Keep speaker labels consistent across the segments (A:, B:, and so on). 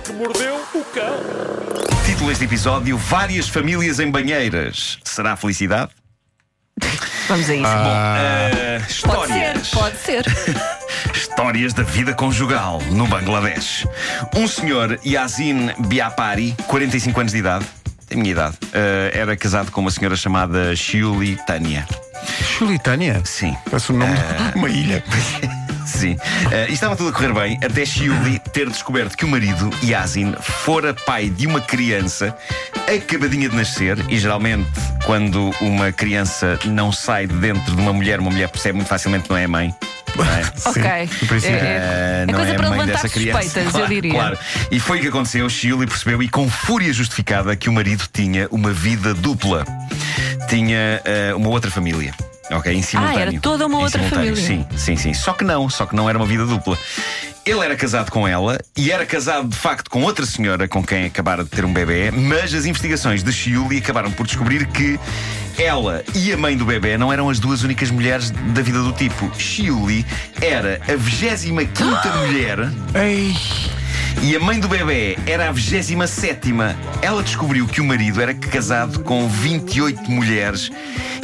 A: que mordeu o cão.
B: Título deste episódio: Várias famílias em banheiras. Será a felicidade?
C: Vamos a isso.
B: Eh,
C: pode
B: Ah. histórias.
C: ser, pode ser.
B: Histórias da vida conjugal no Bangladesh. Um senhor, Yazin Biapari, 45 anos de idade, a minha idade, eh, era casado com uma senhora chamada Shiuli Tania.
D: Chulitânia?
B: Sim.
D: Parece o nome
B: É.
D: de uma ilha.
B: Sim. Eh, e estava tudo a correr bem até Shiuli ter descoberto que o marido, Yasin, fora pai de uma criança acabadinha de nascer. E geralmente, quando uma criança não sai de dentro de uma mulher, uma mulher percebe muito facilmente que não é a mãe. Não é?
C: Ok.
D: no princípio.
C: É-
B: Ah,
C: é
B: não
C: coisa
B: é
C: para
B: mãe
C: levantar
B: dessa criança.
C: suspeitas,
B: Claro,
C: eu diria.
B: Claro. E foi o que aconteceu. Chiuli percebeu, e com fúria justificada, que o marido tinha uma vida dupla. Tinha ah, uma outra família. Ok, em simultâneo.
C: Ah, era toda uma
B: Em
C: outra
B: simultâneo,
C: família.
B: Sim, sim, sim. Só que não, só que não era uma vida dupla. Ele era casado com ela e era casado de facto com outra senhora com quem acabara de ter um bebê, mas as investigações de Chiuli acabaram por descobrir que ela e a mãe do bebê não eram as duas únicas mulheres da vida do tipo. Chiuli era a 25 mulher
D: Ei,
B: e a mãe do bebê era a 27. Ela descobriu que o marido era casado com 28 mulheres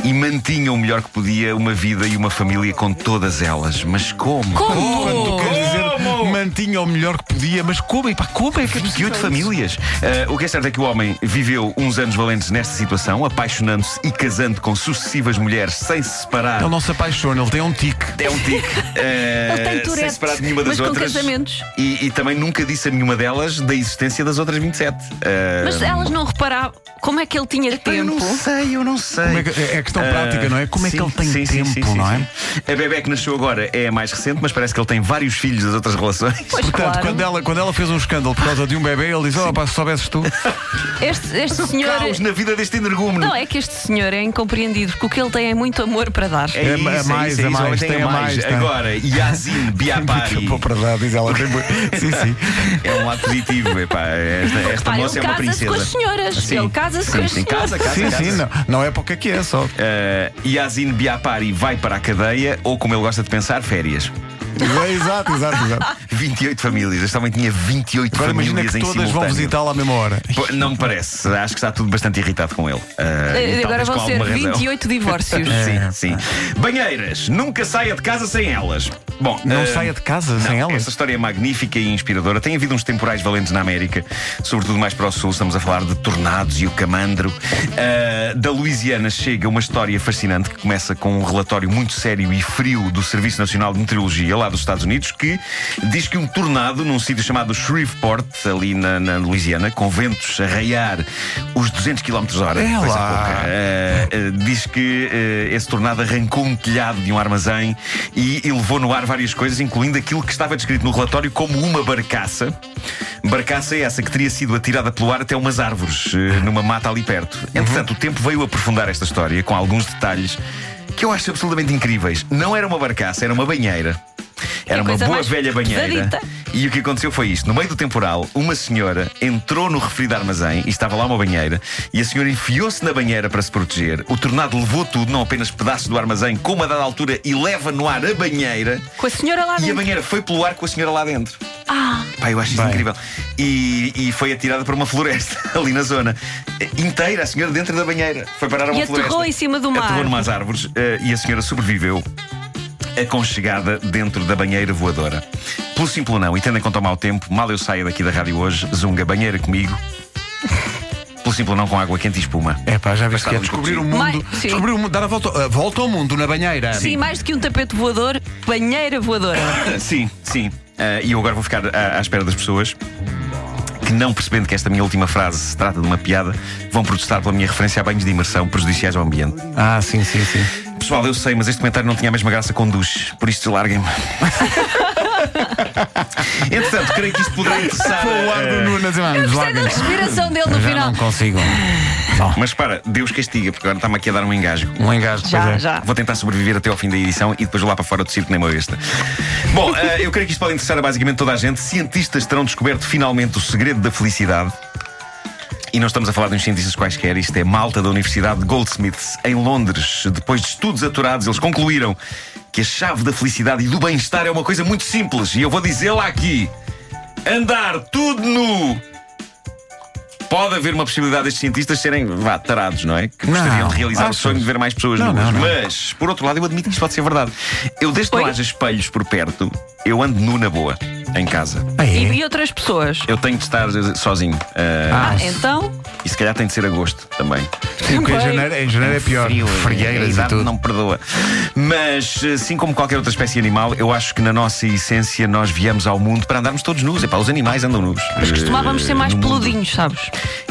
B: e mantinha o melhor que podia uma vida e uma família com todas elas. Mas como?
D: quando tu
C: Como?
D: queres dizer mantinha o melhor que podia, mas como? E pá, como é que é possível
B: 28
D: isso?
B: famílias. Ah, o que é certo é que o homem viveu uns anos valentes nesta situação, apaixonando-se e casando com sucessivas mulheres sem se separar.
D: Ele não se apaixona, ele tem um tique.
B: É um tique. eh,
C: Ele tem
B: sem
C: Tourette,
B: separar de nenhuma das
C: mas com
B: outras.
C: casamentos.
B: E, e também nunca disse a nenhuma delas da existência das outras 27. Eh,
C: Mas elas não reparavam como é que ele tinha
B: eu
C: tempo.
B: não sei, eu não sei.
D: Como é, que- é questão prática, não é? Como é que
B: Sim,
D: ele tem
B: sim, sim,
D: tempo,
B: sim, sim,
D: não é?
B: sim. A bebé que nasceu agora é a mais recente, mas parece que ele tem vários filhos das outras relações.
C: Pois
D: Portanto,
C: claro.
D: quando, ela, quando ela fez um escândalo por causa de um bebê, ele diz: Oh, pá, se soubesses tu.
C: Este, este senhor. é-
B: Caos na vida deste energúmeno.
C: Não, é que este senhor é incompreendido, porque o que ele tem é muito amor para dar.
B: É,
D: É
B: isso,
D: a
B: é
D: mais,
B: isso, é
D: a
B: isso.
D: mais,
B: Tem
D: tem a mais, tá.
B: Agora, Yazin Biapari.
D: Pô, para dar, diz ela. Tem... bu- Sim, sim.
B: É um lado positivo, epá, esta, esta
C: Pá,
B: moça
C: ele
B: é uma
C: casa-se com
B: princesa.
C: as senhoras.
B: Sim.
C: Ele casa-se
B: Sim,
C: com as
B: sim, casa, casa,
D: Sim,
B: casa.
D: sim, não, não é para o que é que é, só.
B: Uh, Yazin Biapari vai para a cadeia ou, como ele gosta de pensar, férias.
D: É, Exato, exato, exato.
B: 28 famílias. Este homem tinha 28
D: Agora imagina
B: famílias
D: que
B: em
D: todas
B: simultâneo.
D: vão visitá-la à mesma hora.
B: Pô, Não me parece. Acho que está tudo bastante irritado com ele. Uh,
C: Eh,
B: e
C: Agora
B: talvez com
C: vão ser
B: alguma razão. É.
C: 28 divórcios.
D: Ah.
B: Sim, sim. Banheiras, nunca saia de casa sem elas. Bom,
D: Não
B: eh,
D: saia de casa sem
B: não,
D: elas.
B: Esta história é magnífica e inspiradora. Tem havido uns temporais valentes na América, sobretudo mais para o sul. Estamos a falar de tornados e o camandro. Ah, da Louisiana chega uma história fascinante que começa com um relatório muito sério e frio do Serviço Nacional de Meteorologia lá dos Estados Unidos que diz que um tornado num sítio chamado Shreveport, ali na, na Louisiana, com ventos a raiar os 200 km hora.
D: É
B: coisa
D: lá.
B: pouca, eh, eh, diz que eh, esse tornado arrancou um telhado de um armazém e elevou no ar várias coisas, incluindo aquilo que estava descrito no relatório como uma barcaça. Barcaça essa que teria sido atirada pelo ar até umas árvores, eh, numa mata ali perto.
C: Uhum.
B: Entretanto, o tempo veio aprofundar esta história com alguns detalhes que eu acho absolutamente incríveis. Não era uma barcaça, era uma banheira. Era uma
C: coisa
B: boa
C: mais
B: velha banheira.
C: pesadita.
B: E o que aconteceu foi isto: no meio do temporal, uma senhora entrou no referido armazém e estava lá uma banheira, e a senhora enfiou-se na banheira para se proteger. O tornado levou tudo, não apenas pedaços do armazém, como a dada altura, e leva no ar a banheira,
C: Com a senhora lá
B: e a
C: dentro.
B: banheira foi pelo ar com a senhora lá dentro.
C: Ah,
B: Pá, eu acho isso
D: Bem.
B: incrível. E, e foi atirada para uma floresta ali na zona. Eh, Inteira, a senhora dentro da banheira. Foi parar a uma
C: e
B: floresta.
C: aterrou em cima de uma
B: Aterrou
C: árvore.
B: numas árvores eh, e a senhora sobreviveu aconchegada dentro da banheira voadora. Pelo simples não, e tendo em conta o mau tempo, mal eu saia daqui da rádio hoje, zunga banheira comigo. Pelo simples não, com água quente e espuma.
D: É pá, já viste que é
B: Bastava
D: descobrir o mundo.
C: Mais- sim.
D: descobrir o mundo, dar a volta, a volta ao mundo na banheira.
C: Sim, mais do que um tapete voador, banheira voadora.
B: Sim, sim. Ah, e eu agora vou ficar à, à espera das pessoas que, não percebendo que esta minha última frase se trata de uma piada, vão protestar pela minha referência a banhos de imersão prejudiciais ao ambiente.
D: Ah, sim, sim, sim.
B: Pessoal, eu sei, mas este comentário não tinha a mesma graça com duches, por isso larguem-me. Entretanto, creio que isto poderá interessar.
D: Foi o ar do
B: eh,
D: Nunas, vamos lá.
C: Gostei é da respiração dele no
D: Já
C: final.
D: não consigo.
B: Mas para, Deus castiga, porque agora está-me aqui a dar um engasgo.
D: Um engasgo.
C: Já,
D: pois é.
C: já.
B: Vou tentar sobreviver até ao fim da edição e depois lá para fora do circo nem uma besta. Bom, eh, eu creio que isto pode interessar a basicamente toda a gente. Cientistas terão descoberto finalmente o segredo da felicidade. E não estamos a falar de uns cientistas quaisquer, isto é malta da Universidade de Goldsmiths, em Londres. Depois de estudos aturados, eles concluíram que a chave da felicidade e do bem-estar é uma coisa muito simples. E eu vou dizê-la aqui: Andar tudo nu. Pode haver uma possibilidade destes cientistas serem, vá, tarados, não é? Que
D: Não,
B: gostariam de realizar
D: achas?
B: o sonho de ver mais pessoas
D: Não,
B: nuas.
D: não, não.
B: Mas, por outro lado, eu admito que isto pode ser verdade. Eu, desde que não
C: Oi?
B: haja espelhos por perto, eu ando nu na boa, em casa.
D: Ah,
C: E,
D: é?
C: e outras pessoas?
B: Eu tenho de estar eh, sozinho. Ah,
C: Ah, então,
B: E se calhar tem de ser agosto também.
D: Sim, porque em
C: também.
D: janeiro, em janeiro é pior.
B: Frio, eh, a
D: Frieiras e
B: idade
D: tudo.
B: não perdoa. Mas, assim como qualquer outra espécie animal, eu acho que na nossa essência nós viemos ao mundo para andarmos todos nus. Epá, os animais andam nus.
C: mas costumávamos
B: Eh,
C: ser mais
B: no mundo.
C: peludinhos, sabes?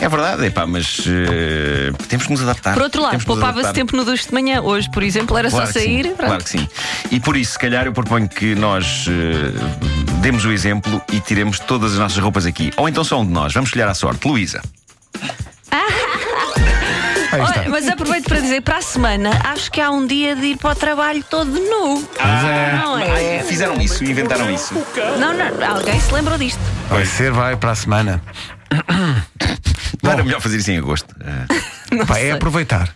B: É verdade, epá, mas eh, temos que nos adaptar.
C: Por outro lado,
B: Temos que nos
C: poupava-se
B: adaptar.
C: tempo no duche de manhã. Hoje, por exemplo, era
B: Claro
C: só
B: que sim,
C: sair. pronto.
B: Claro que sim. E por isso, se calhar, eu proponho que nós eh, demos o exemplo e tiremos todas as nossas roupas aqui. Ou então só um de nós. Vamos escolher à sorte. Luísa.
D: Aí está.
C: Olha, mas aproveito para dizer, para a semana, acho que há um dia de ir para o trabalho todo nu. não é?
B: Ai, Fizeram isso e inventaram isso.
C: Não, não, alguém se lembrou disto.
D: Vai ser, vai para a semana.
B: Não era melhor fazer isso em agosto. Eh,
C: Não
D: Pá,
C: sei.
D: é aproveitar.